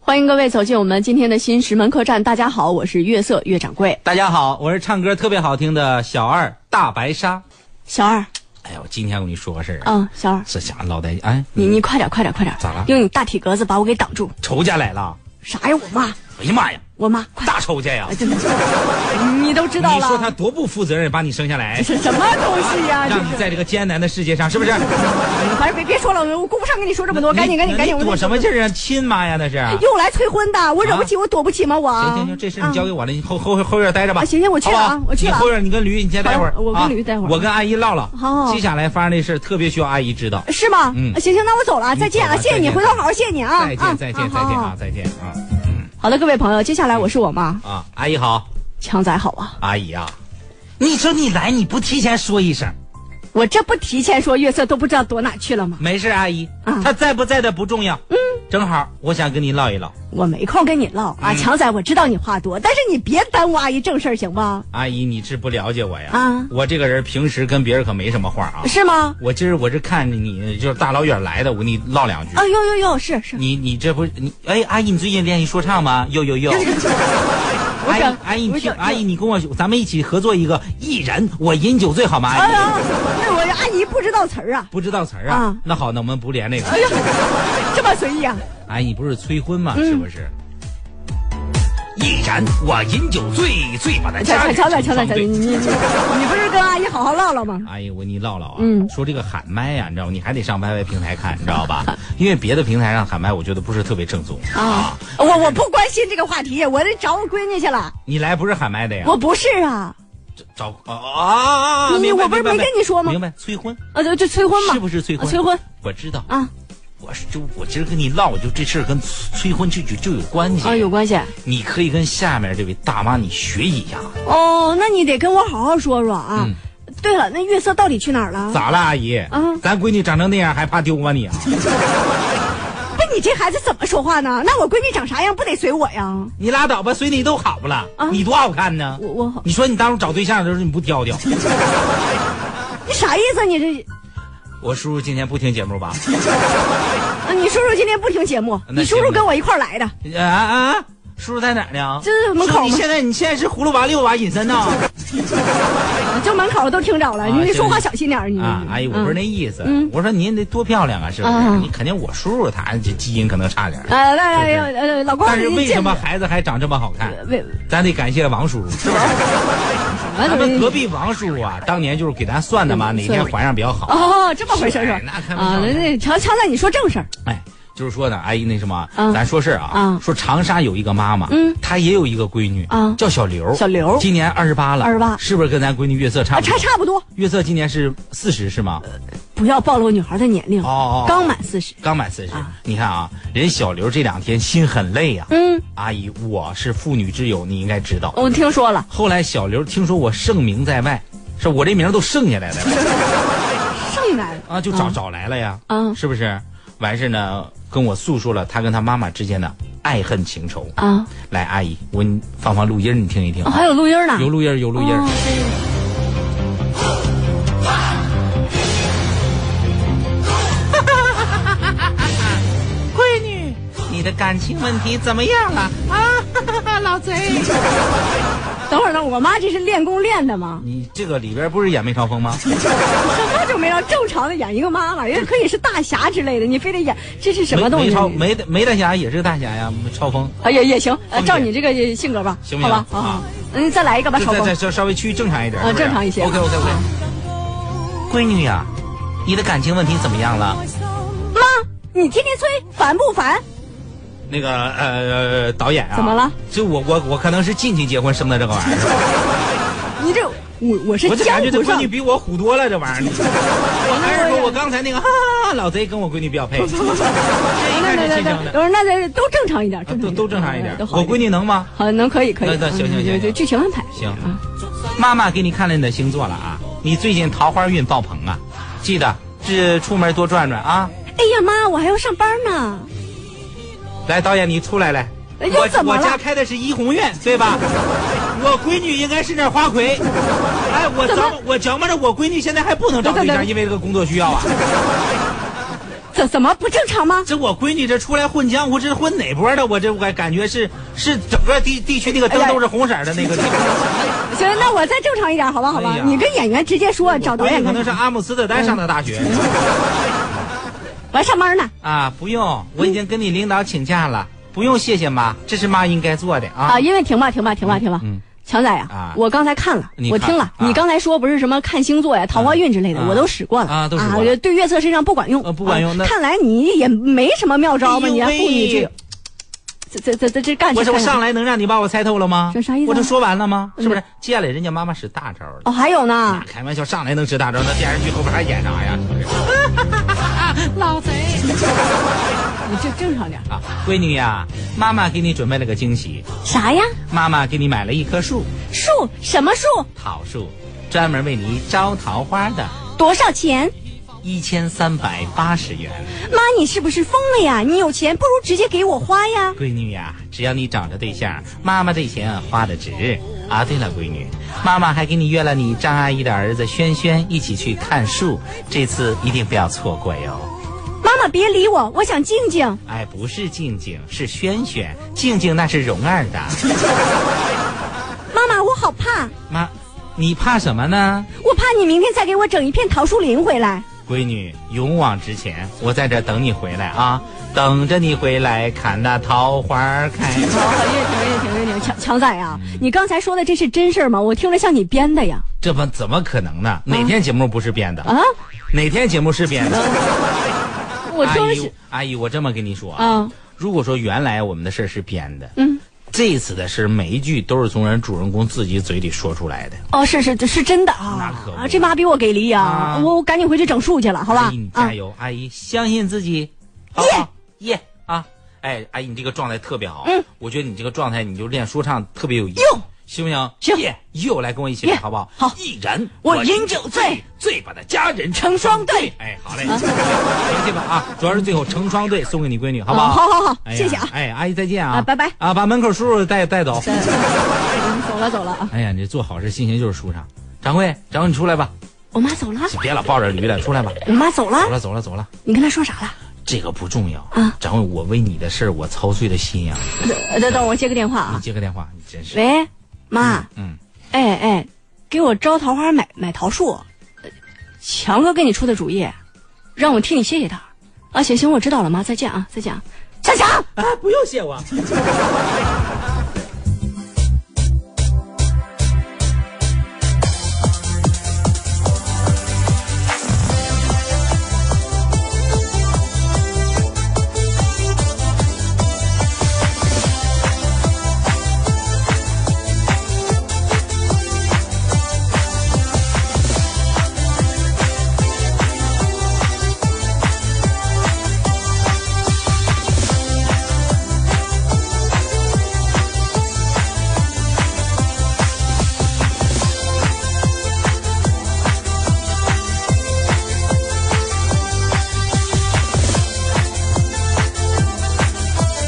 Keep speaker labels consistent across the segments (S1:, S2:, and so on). S1: 欢迎各位走进我们今天的新石门客栈。大家好，我是月色月掌柜。
S2: 大家好，我是唱歌特别好听的小二大白鲨。
S1: 小二，
S2: 哎呀，我今天我跟你说个事儿啊，
S1: 嗯，小二，
S2: 这家伙老带劲哎，
S1: 你你快点，快点，快点！
S2: 咋了
S1: 用你大体格子把我给挡住！
S2: 仇家来了！
S1: 啥呀？我妈，
S2: 哎呀妈呀，
S1: 我妈，快！哎
S2: 大仇家呀！
S1: 真的，你都知道
S2: 你说哎他
S1: 了，
S2: 多不负责任，把你生下来
S1: 这，是什么东西呀、这
S2: 让你
S1: 是，
S2: 在这个艰难的世界上，是不是？
S1: 反正别别说了，我我顾不上跟你说这么哎多，赶紧，赶紧，
S2: 你
S1: 赶紧！
S2: 你
S1: 我
S2: 躲什么劲儿啊？亲妈呀，那是。
S1: 用来催婚的，我惹不起，我躲不起吗？我
S2: 行行行，这事你交给我了，你后后后后院待着吧。
S1: 嗯啊行行我去了啊
S2: 好不好
S1: 我去了啊
S2: 你后院你跟驴，你先待会儿。
S1: 好我跟
S2: 啊
S1: 驴待会儿
S2: 我跟阿姨唠唠。
S1: 好好好啊
S2: 接下来发生这事儿特别需要阿姨知道。
S1: 呃是吗？
S2: 嗯
S1: 行行，那我走了，再见啊！
S2: 你走吧
S1: 谢谢你，
S2: 再见
S1: 回头好好谢谢你啊！
S2: 再
S1: 啊
S2: 见再见再见！
S1: 好好
S2: 啊
S1: 好
S2: 再见啊
S1: 好的，各位朋友，接下来我是我妈，
S2: 啊！阿姨好。
S1: 强仔好啊！
S2: 阿姨啊，你说你来你不提前说一声，
S1: 我这不提前说，月色都不知道躲哪去了吗？
S2: 没事，阿姨，
S1: 啊
S2: 他在不在的不重要。嗯，正好我想跟你唠一唠，
S1: 我没空跟你唠
S2: 嗯
S1: 啊，强仔，我知道你话多，但是你别耽误阿姨正事儿，行吧？
S2: 阿姨你是不了解我呀？
S1: 啊
S2: 我这个人平时跟别人可没什么话啊。
S1: 是吗？
S2: 我今儿我这看着你就是大老远来的，我跟你唠两句。
S1: 啊，呦呦呦，是是，
S2: 你你这不你哎，阿姨你最近练习说唱吗？有有有。阿姨
S1: 想
S2: 阿 姨
S1: 我
S2: 你听
S1: 想
S2: 阿姨你跟我咱们一起合作一个一人我饮酒醉好吗？
S1: 哎
S2: 阿姨
S1: 呀，那我阿姨不知道词儿啊，
S2: 不知道词儿
S1: 啊
S2: 啊。那好，那我们不连那个。
S1: 哎呀，这么随意啊？
S2: 哎，你不是催婚吗？是不是？一然，我饮酒醉，醉把咱
S1: 强
S2: 家人
S1: 强仔，强仔，强
S2: 装
S1: 仔，
S2: 醉
S1: 你你你你不是跟阿姨好好唠唠吗？
S2: 阿姨，我跟你唠唠啊，
S1: 嗯
S2: 说这个喊麦呀、你知道吗？你还得上 YY 平台看，你知道吧？因为别的平台上喊麦，我觉得不是特别正宗
S1: 啊，我我不关心这个话题，我得找我闺女去了。
S2: 你来不是喊麦的呀？
S1: 我不是啊，
S2: 找啊啊！
S1: 你
S2: 明白
S1: 我不是
S2: 明白
S1: 没跟你说吗
S2: 明白，催婚
S1: 啊，就就催婚嘛，
S2: 是不是催婚？
S1: 啊催婚，
S2: 我知道。
S1: 啊
S2: 我是就我今儿跟你唠，我就这事儿跟催婚就就就有关系
S1: 啊有关系。
S2: 你可以跟下面这位大妈你学一下。
S1: 哦，那你得跟我好好说说啊。对了，那月色到底去哪儿了？
S2: 嗯咋了，阿姨？
S1: 啊
S2: 咱闺女长成那样还怕丢吗你啊？
S1: 不，你这孩子怎么说话呢？那我闺女长啥样不得随我呀？
S2: 你拉倒吧，随你都好不了。
S1: 啊
S2: 你多好看呢！
S1: 我我好，
S2: 你说你当初找对象的时候你不挑 挑？
S1: 你啥意思？你这，
S2: 我叔叔今天不听节目吧？
S1: 啊你叔叔今天不听节目，
S2: 啊那
S1: 你叔
S2: 行
S1: 叔
S2: 吧
S1: 跟我一块儿来的，
S2: 啊啊！叔叔在哪儿呢？
S1: 嗯就是门口
S2: 叔你
S1: 吗
S2: 现在你现在是葫芦娃六娃隐 身呢？
S1: 就门口都听着了。
S2: 啊
S1: 你你
S2: 行
S1: 说话小心点儿，你。
S2: 啊，阿姨，我不是那意思，我说您得多漂亮啊，是不
S1: 嗯
S2: 是？
S1: 啊
S2: 你肯定我叔叔他这基因可能差点儿，
S1: 呃，那
S2: 对
S1: 呃呃，老公，
S2: 但是
S1: 你
S2: 为
S1: 见
S2: 什么
S1: 不呃
S2: 孩子还长这么好看？
S1: 为
S2: 咱得感谢王叔 叔，是不是？
S1: 完
S2: 咱
S1: 了
S2: 们隔壁王叔叔啊，当年就是给咱算的
S1: 嗯
S2: 嘛，哪天怀上比较好。
S1: 哦，这么回事儿是吧
S2: 是那？开玩笑
S1: 啊，那那强强仔，你说正事儿
S2: 哎，就是说呢，阿姨那什么，
S1: 啊
S2: 咱说事儿啊，
S1: 啊
S2: 说长沙有一个妈妈，
S1: 嗯
S2: 她也有一个闺女，
S1: 啊
S2: 叫小刘，
S1: 小刘
S2: 今年二十八了，
S1: 28
S2: 是不是跟咱闺女月色差
S1: 啊，
S2: 不多？
S1: 差差不多，
S2: 月色今年是四十是吗？
S1: 不要暴露女孩的年龄，
S2: 哦哦
S1: 刚满四十。
S2: 刚满四十、
S1: 啊
S2: 你看啊，人小刘这两天心很累呀、
S1: 嗯，
S2: 阿姨，我是妇女之友，你应该知道。
S1: 我听说了，
S2: 后来小刘听说我盛名在外，是我这名儿都剩下来
S1: 嗯
S2: 了。
S1: 剩来了
S2: 啊，就找、找来了呀，
S1: 嗯
S2: 是不是？完事呢，跟我诉说了他跟他妈妈之间的爱恨情仇。
S1: 啊
S2: 来，阿姨，我给你放放录音儿，你听一听
S1: 啊，。还有录音儿呢。
S2: 有录音儿，有录音儿。
S1: 哦
S2: 闺女，你的感情问题怎么样了啊？老贼，
S1: 等会儿呢，我妈这是练功练的吗？
S2: 你这个里边不是演梅超风吗？
S1: 什么就没有正常的演一个妈妈，人家可以是大侠之类的，你非得演这是 什么
S2: 梅
S1: 东
S2: 梅
S1: 西？
S2: 超梅梅大侠也是个大侠呀，超风。
S1: 啊也也行，呃
S2: 风姐
S1: 照你这个性格吧，
S2: 行不啊
S1: 好
S2: 行
S1: 吧，好好，嗯，再来一个吧，
S2: 就
S1: 超
S2: 再
S1: 哥
S2: 再。稍稍微趋于正常一点，
S1: 呃
S2: 是不是
S1: 正常一些哦
S2: OK OK OK。闺女呀、你的感情问题怎么样了？
S1: 妈，你天天催，烦不烦？
S2: 那个呃，导演啊，
S1: 怎么了？
S2: 就我我我可能是近期结婚生的这个玩 意儿，
S1: 你这我我是
S2: 我就
S1: 江
S2: 感觉这
S1: 湖
S2: 闺
S1: 上
S2: 女， 比我虎多了，这玩意儿。我 还是说我刚才那个哈哈哈老贼跟我闺女比 哎较配，这一
S1: 那
S2: 看
S1: 那
S2: 是
S1: 那
S2: 亲
S1: 那，
S2: 生的，啊
S1: 等会儿那那都正常一点，正常
S2: 都
S1: 一点嗯
S2: 都正常一点
S1: 都。好
S2: 我
S1: 一点。
S2: 闺女能吗？
S1: 好，能可以可以。
S2: 那那行行
S1: 嗯
S2: 行
S1: 对对
S2: 行
S1: 剧情安排。
S2: 行
S1: 啊，
S2: 妈妈给你看了你的星座了啊，你最近桃花运爆棚啊，记得这出门多转转啊。
S1: 哎呀妈，我还要上班呢。
S2: 来，导演你出来来。
S1: 哎又
S2: 我
S1: 怎么
S2: 我
S1: 了
S2: 家开的是怡红院，对吧？我闺女应该是那花魁。哎，我
S1: 怎么
S2: 琢磨我琢磨着，我闺女现在还不能找对
S1: 等等
S2: 象，
S1: 等
S2: 因为这个工作需要啊。
S1: 怎怎么不正常吗？
S2: 这我闺女这出来混江湖，这是混哪波的？我这我感感觉是是整个地地区那个灯
S1: 哎
S2: 都是红色的那个。
S1: 行，那我再正常一点，好吧，好吧，
S2: 哎呀
S1: 你跟演员直接说，找导
S2: 我也
S1: 演啊嗯
S2: 可
S1: 跟
S2: 能是阿姆斯特丹上的大学
S1: 我还上班呢
S2: 啊，不用，我已经跟你领导请假了，不用谢谢妈，这是妈应该做的啊
S1: 啊，。因为停吧，停吧，停吧，停吧。强仔啊
S2: 啊，
S1: 我刚才看了
S2: 你，
S1: 我
S2: 看
S1: 听了
S2: 啊，
S1: 你刚才说不是什么看星座呀、桃花运之类的，
S2: 啊
S1: 我都使过了
S2: 啊都使过了
S1: 我对月色身上不管用，
S2: 呃不管用
S1: 啊
S2: 那
S1: 看来你也没什么妙招吧？
S2: 哎呦
S1: 你还
S2: 喂
S1: 妇女之友，这这这这这干什
S2: 我
S1: 么？
S2: 这我上来能让你把我猜透了吗？
S1: 这啥意思啊嗯
S2: 我这说完了吗？是不是？接下来人家妈妈使大招了。
S1: 哦，还有
S2: 啊
S1: 呢，
S2: 开玩笑，上来能使大招，那电视剧后边还演啥呀？是不是
S1: 老贼，你就正常点。
S2: 啊，闺女呀、妈妈给你准备了个惊喜，
S1: 啥呀？
S2: 妈妈给你买了一棵树，
S1: 树什么树？
S2: 桃树，专门为你招桃花的，
S1: 多少钱？
S2: 一千三百八十元。
S1: 妈，你是不是疯了呀？你有钱不如直接给我花呀！
S2: 闺女呀、只要你找着对象，妈妈这钱啊花的值。啊，对了，闺女，妈妈还给你约了你张阿姨的儿子轩轩一起去看树，这次一定不要错过哟。
S1: 妈妈别理我，我想静静。
S2: 哎，不是静静，是轩轩，静静那是蓉儿的。
S1: 妈妈，我好怕，
S2: 妈，你怕什么呢？
S1: 我怕你明天再给我整一片桃树林回来。
S2: 闺女，勇往直前，我在这儿等你回来啊，等着你回来看那桃花儿开。
S1: 越停越停越停！强强仔啊，你刚才说的这是真事儿吗？我听着像你编的呀！
S2: 这不怎么可能呢？哪天节目不是编的？
S1: 啊，
S2: 哪天节目是编的？
S1: 我
S2: 阿
S1: 听着
S2: 姨
S1: 是，
S2: 阿姨，我这么跟你说
S1: 啊，
S2: 如果说原来我们的事儿是编的，嗯，这次的事儿每一句都是从人主人公自己嘴里说出来的。
S1: 哦，是是是真的
S2: 那
S1: 啊
S2: 可！不
S1: 啊，这妈逼我给力呀、
S2: 啊
S1: 我我赶紧回去整树去了，好吧
S2: 阿姨，你？
S1: 啊
S2: 加，油！阿姨，相信自己，好不好？耶啊！哎，阿姨，你这个状态特别好。嗯，我觉得你这个状态，你就练说唱特别有意思
S1: 哟，
S2: 行不行？
S1: 行
S2: 耶哟，来跟我一起
S1: 耶
S2: 来，好不好？
S1: 好
S2: 一人
S1: 我饮酒醉，
S2: 醉把他家人
S1: 成双对。
S2: 哎，好嘞，回去吧啊！主要是最后成双对送给你闺女，好不
S1: 啊
S2: 好？
S1: 好好好
S2: 哎呀
S1: 谢谢啊
S2: 哎，阿姨再见啊！
S1: 啊拜拜
S2: 啊！把门口叔叔带带走。
S1: 走了走了啊！
S2: 哎呀，你做好事心情就是舒畅。掌柜，掌柜你出来吧，
S1: 我妈走了，
S2: 别老抱着驴了，出来吧。
S1: 我妈走
S2: 走
S1: 了，
S2: 了，走了，走了。
S1: 你跟她说啥了？
S2: 这个不重要
S1: 啊。
S2: 掌柜，我为你的事儿，我操碎了心呀、
S1: 呃等等，我接个电话
S2: 你
S1: 啊！
S2: 接个电话，你真是。
S1: 喂，妈，
S2: 嗯，
S1: 哎哎，给我招桃花买买桃树，呃强哥给你出的主意，让我替你谢谢他。啊，行行，我知道了，妈，再见啊，再见啊，小强。
S2: 啊，不用谢我。嗯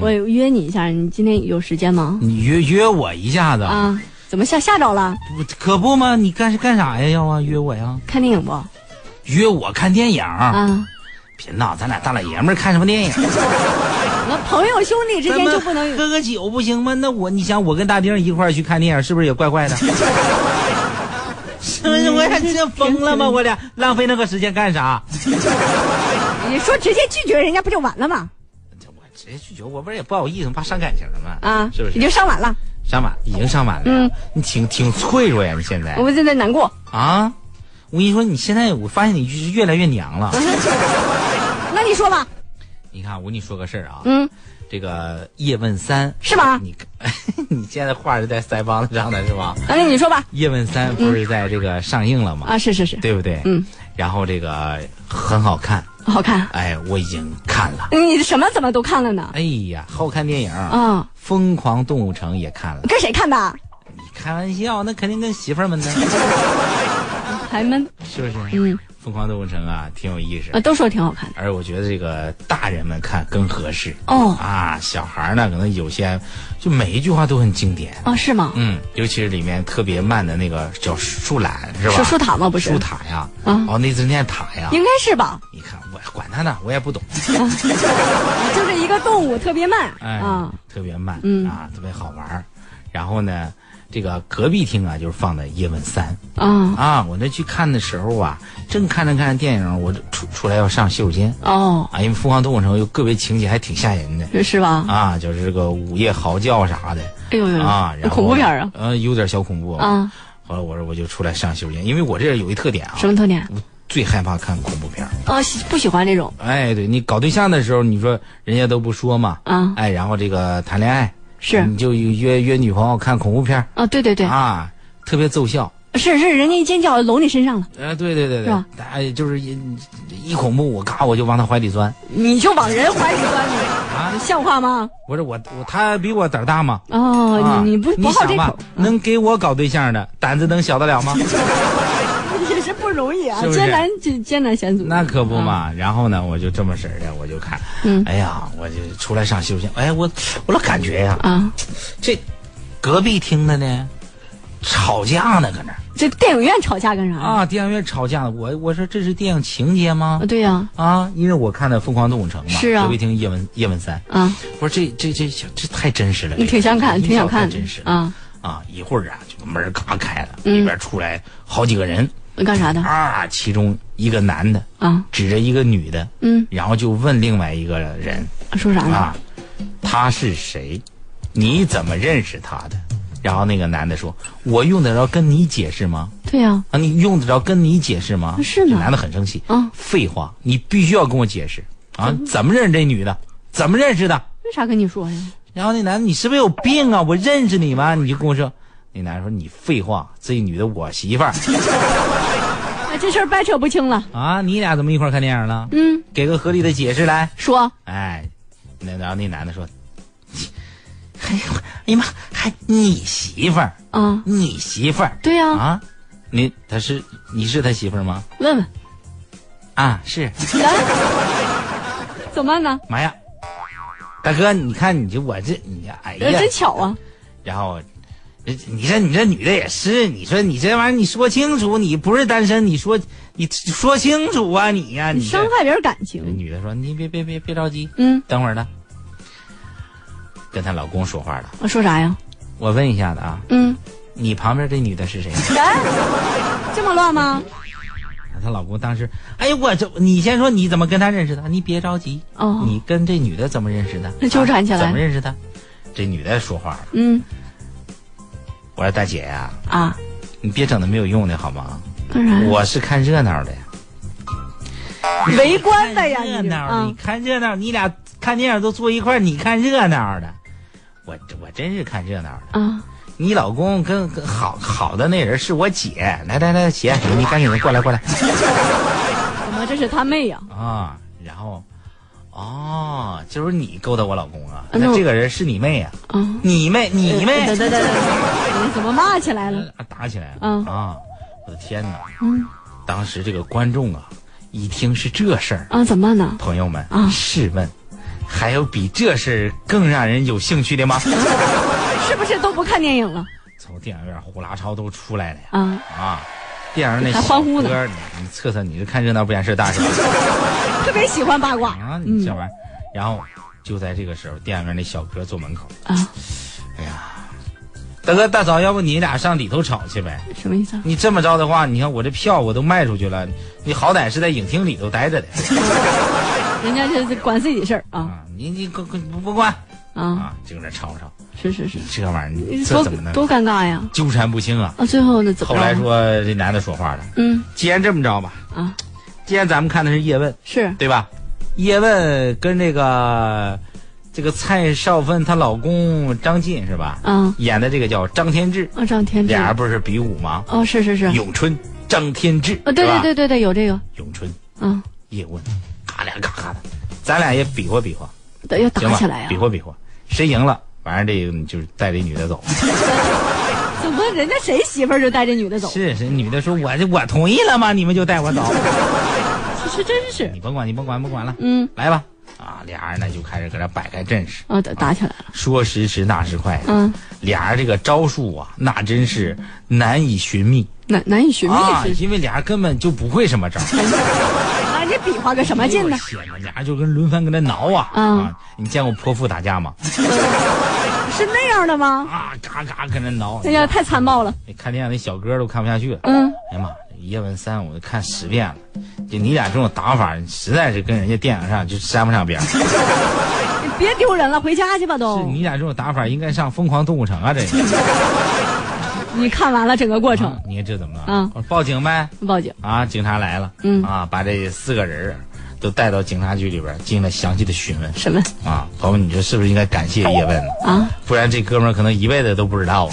S1: 我约你一下，你今天有时间吗？
S2: 你约约我一下子，
S1: 啊，怎么吓吓着了？
S2: 不可不嘛？你干干啥呀？要啊，约我呀？
S1: 看电影不？
S2: 约我看电影？
S1: 啊，
S2: 别闹，咱俩大老爷们儿看什么电影？
S1: 那朋友兄弟之间就不能
S2: 咱们喝个酒不行吗？那我，你想我跟大丁一块儿去看电影，是不是也怪 怪的？是不是我俩这疯了吗？我俩浪费那个时间干啥？
S1: 你说直接拒绝人家不就完了吗？
S2: 这我直接拒绝，我不是也不好意思，怕伤感情了吗？
S1: 啊，
S2: 是不？
S1: 你就是上晚了，
S2: 上晚已经上晚了，
S1: 嗯，
S2: 你挺挺脆弱呀，你现在
S1: 我现在难 过。
S2: 啊，我跟你说，你现在我发现你就是越来越娘了。
S1: 那你说吧，
S2: 你看，我跟你说个事儿啊，
S1: 嗯，
S2: 这个叶问三
S1: 是吗？
S2: 你 你现在话是在腮帮子上的是吧？
S1: 那你说吧。
S2: 叶问三不是在这个上映了吗？
S1: 嗯啊，是是是，
S2: 对不对？
S1: 嗯。
S2: 然后这个很好看，
S1: 好看。
S2: 哎，我已经看了。
S1: 你什么怎么都看了呢？
S2: 哎呀，好看电影《
S1: 啊，
S2: 疯狂动物城》也看了。
S1: 跟谁看的？
S2: 你开玩笑，那肯定跟媳妇儿们呢，
S1: 还闷。
S2: 是不是？
S1: 嗯，
S2: 《疯狂动物城》啊，挺有意思
S1: 啊，。都说挺好看的。
S2: 而我觉得这个大人们看更合适
S1: 哦
S2: 啊，小孩儿呢可能有些就每一句话都很经典，
S1: 哦，是吗？
S2: 嗯，尤其是里面特别慢的那个叫树懒是吧？
S1: 是树塔吗？不是
S2: 树，塔呀，
S1: 啊
S2: 哦，那字念塔呀。
S1: 应该是吧？
S2: 你看我管他呢，我也不懂，
S1: 啊就是一个动物特别慢
S2: 哎，
S1: 啊。
S2: 特别慢，
S1: 嗯
S2: 啊，特别好玩儿。然后呢，这个隔壁厅啊，就是放的《叶问三》。
S1: 啊
S2: 啊，我那去看的时候啊，正看着看着电影，我就出出来要上洗手间
S1: 哦，
S2: 啊，因为《疯狂动物城》有个别情节还挺吓人的
S1: 是吧？
S2: 啊，就是这个午夜嚎叫啥的
S1: 哎呦呦，
S2: 啊，然后
S1: 恐怖片儿啊
S2: 呃，有点小恐怖。
S1: 啊！
S2: 后来我说我就出来上洗手间，因为我这人有一特点啊
S1: 什，么特点？
S2: 我最害怕看恐怖片儿。
S1: 哦，喜不喜欢这种
S2: 哎，对你搞对象的时候，你说人家都不说嘛，
S1: 啊？
S2: 哎，然后这个谈恋爱
S1: 是
S2: 你就约约女朋友看恐怖片儿
S1: 啊，对对对，
S2: 嗯啊，特别奏效。
S1: 是是，人家一尖叫搂你身上了，
S2: 呃，对对对
S1: 是
S2: 对
S1: 吧，
S2: 大家就是一一恐怖，我嘎我就往他怀里钻
S1: 你就往人怀里钻，
S2: 啊！
S1: 你 像话吗？
S2: 我说我我他比我胆儿大吗？
S1: 哦
S2: 啊，，
S1: 你你不不好这
S2: 想吧
S1: 口，，
S2: 能给我搞对象的胆子能小得了吗？
S1: 也是不容易啊
S2: 是不是
S1: 艰难艰艰难险阻。
S2: 那可不嘛。然后呢，我就这么式儿的，我就看，
S1: 嗯
S2: 哎呀，我就出来上洗手间，哎，我我老感觉呀，
S1: 啊，
S2: 这隔壁厅的呢吵架呢，搁那儿
S1: 这电影院吵架干啥？
S2: 啊，电影院吵架呢。我我说这是电影情节吗
S1: 啊，？对呀，
S2: 啊，因为我看的《疯狂动物城》嘛，
S1: 是啊
S2: 隔壁厅叶问叶问三。
S1: 啊，
S2: 不是这这这这这太真实了，
S1: 你挺想看，
S2: 这个
S1: 挺想
S2: 太
S1: 看
S2: 真实
S1: 的
S2: 了
S1: 啊。
S2: 啊！一会儿啊，就门儿咔开了，
S1: 嗯
S2: 里边出来好几个人
S1: 那干啥的
S2: 啊，其中一个男的
S1: 啊？
S2: 指着一个女的，
S1: 嗯，
S2: 然后就问另外一个人
S1: 说啥呢？
S2: 啊，他是谁？你怎么认识他的？然后那个男的说：“我用得着跟你解释吗？
S1: 对呀，
S2: 啊，你用得着跟你解释吗？”
S1: 啊是呢
S2: 这男的很生气
S1: 啊
S2: 废话，你必须要跟我解释啊！
S1: 嗯
S2: 怎么认识这女的？怎么认识的？
S1: 为啥跟你说呀？
S2: 然后那男的，你是不是有病啊？我认识你吗？你就跟我说，那男的说你废话，这女的我媳妇儿
S1: 啊，这事儿掰扯不清了。
S2: 啊，你俩怎么一块儿看电影了？
S1: 嗯，
S2: 给个合理的解释来。
S1: 说
S2: 哎，那然后那男的说，哎呦，哎呀妈，还你媳妇儿，
S1: 啊，
S2: 你媳妇儿
S1: 对呀，
S2: 啊？你他是你是他媳妇儿吗？
S1: 问问
S2: 啊，是。
S1: 来，怎么办呢？
S2: 妈呀，大哥，你看你这我这你呀哎
S1: 呃
S2: 呀，
S1: 真巧啊！
S2: 然后，呃你说你这女的也是，你说你这玩意儿，你说清楚，你不是单身，你说你说清楚啊，你呀、
S1: 你
S2: 你这
S1: 伤害别人感
S2: 那
S1: 情，
S2: 女的说你别别别别着急，
S1: 嗯，
S2: 等会儿呢，跟她老公说话了。
S1: 我说啥呀？
S2: 我问一下子啊，
S1: 嗯，
S2: 你旁边这女的是谁？
S1: 来，这么乱吗？
S2: 她老公当时，哎呦我这，你先说你怎么跟她认识的？你别着急，
S1: 哦
S2: 你跟这女的怎么认识的？
S1: 那纠缠起来
S2: 啊怎么认识的？这女的说话了，
S1: 嗯
S2: 我说大姐呀、
S1: 啊，
S2: 你别整那没有用的好吗？
S1: 干啥呀？
S2: 我是看热闹的呀。
S1: 围观的呀，
S2: 热
S1: 你这
S2: 闹的，
S1: 啊
S2: 你，看热闹，你俩看电影都坐一块儿，你看热闹的，我我真是看热闹的。
S1: 啊，
S2: 你老公跟跟好好的那人是我姐，来来来，姐，你赶紧的过来过来
S1: 怎么这是他妹呀？
S2: 啊、然后，哦，就是你勾搭我老公啊，
S1: 嗯那
S2: 那
S1: 我
S2: 这个人是你妹啊，
S1: 啊，
S2: 你妹你妹，
S1: 等等等等，你怎么骂起来了？
S2: 啊打起来了、
S1: 嗯
S2: 啊！我的天哪，
S1: 嗯
S2: 当时这个观众啊，一听是这事儿，
S1: 啊，怎么办呢？
S2: 朋友们，
S1: 啊
S2: 试问，还有比这事儿更让人有兴趣的吗？
S1: 是不是都不看电影了
S2: 从电影院呼啦超都出来了呀！
S1: 啊？
S2: 啊，电影那
S1: 还欢呼呢嗯
S2: 小歌你你测测，你是看热闹不嫌事儿大是吧？
S1: 特别喜欢八卦
S2: 啊，你这玩意儿，然后就在这个时候，电影院那小哥坐门口，
S1: 啊，
S2: 大哥大嫂，要不你俩上里头吵去呗？
S1: 什么意思啊？
S2: 你这么着的话，你看我这票我都卖出去了，你好歹是在影厅里头待着的
S1: 人家这是管自己事儿啊
S2: 啊，你你不不不管
S1: 啊，
S2: 啊，就搁那吵吵，
S1: 是是是，
S2: 这玩意儿你这
S1: 多
S2: 怎么能
S1: 多尴尬呀！
S2: 纠缠不清啊？
S1: 啊，最后呢怎么
S2: 后
S1: 着？
S2: 来说这男的说话了，
S1: 嗯
S2: 既然这么着吧，
S1: 啊，
S2: 既然咱们看的是叶问。
S1: 是
S2: 对吧？叶问跟这个这个蔡少芬她老公张晋是吧？
S1: 啊
S2: 演的这个叫张天志，
S1: 啊，张天志
S2: 俩人不是比武吗？
S1: 哦，是是是，啊，
S2: 咏春、张天志，
S1: 对
S2: 是
S1: 对
S2: 吧
S1: 对对对，有这个
S2: 咏春、
S1: 啊，
S2: 叶问，嘎俩嘎嘎的，咱俩也比划比划，
S1: 得要
S2: 行
S1: 打
S2: 吧？
S1: 起来呀啊
S2: 比！划比划，谁赢了，完了这个你就是带这女的走，
S1: 怎么人家谁媳妇儿就带这女的走？
S2: 是是，女的说我我同意了吗？你们就带我走？
S1: 这是真是
S2: 你甭管，你甭管，甭管了，
S1: 嗯，
S2: 来吧。啊，俩人呢就开始搁这摆开阵势，
S1: 啊，打打起来了。
S2: 说时迟那时快，
S1: 嗯，
S2: 俩人这个招数啊，那真是难以寻觅
S1: 难难以寻觅
S2: 啊，
S1: 是
S2: 因为俩人根本就不会什么招。 哎
S1: 啊，你比划个什么劲呢？
S2: 天哪，俩人就跟轮番跟那挠啊、
S1: 嗯
S2: 啊！你见过泼妇打架吗？
S1: 是那样的吗？
S2: 啊，嘎嘎跟那挠。
S1: 哎呀，太残暴了。
S2: 你看电影那小哥都看不下去了。
S1: 嗯，
S2: 哎呀妈，叶问三我都看十遍了，就你俩这种打法，实在是跟人家电影上就沾不上边儿。是
S1: 你别丢人了，回家去吧都。
S2: 你俩这种打法应该上《疯狂动物城》啊，这个。
S1: 你看完了整个过程，
S2: 你看这怎么了？
S1: 嗯
S2: 我报警呗。
S1: 报警。
S2: 啊，警察来了。
S1: 嗯
S2: 啊，把这四个人儿都带到警察局里边儿，进行了详细的询问。
S1: 什么
S2: 啊，朋友们，你说是不是应该感谢叶问呢？
S1: 啊？
S2: 不然这哥们儿可能一辈子都不知道。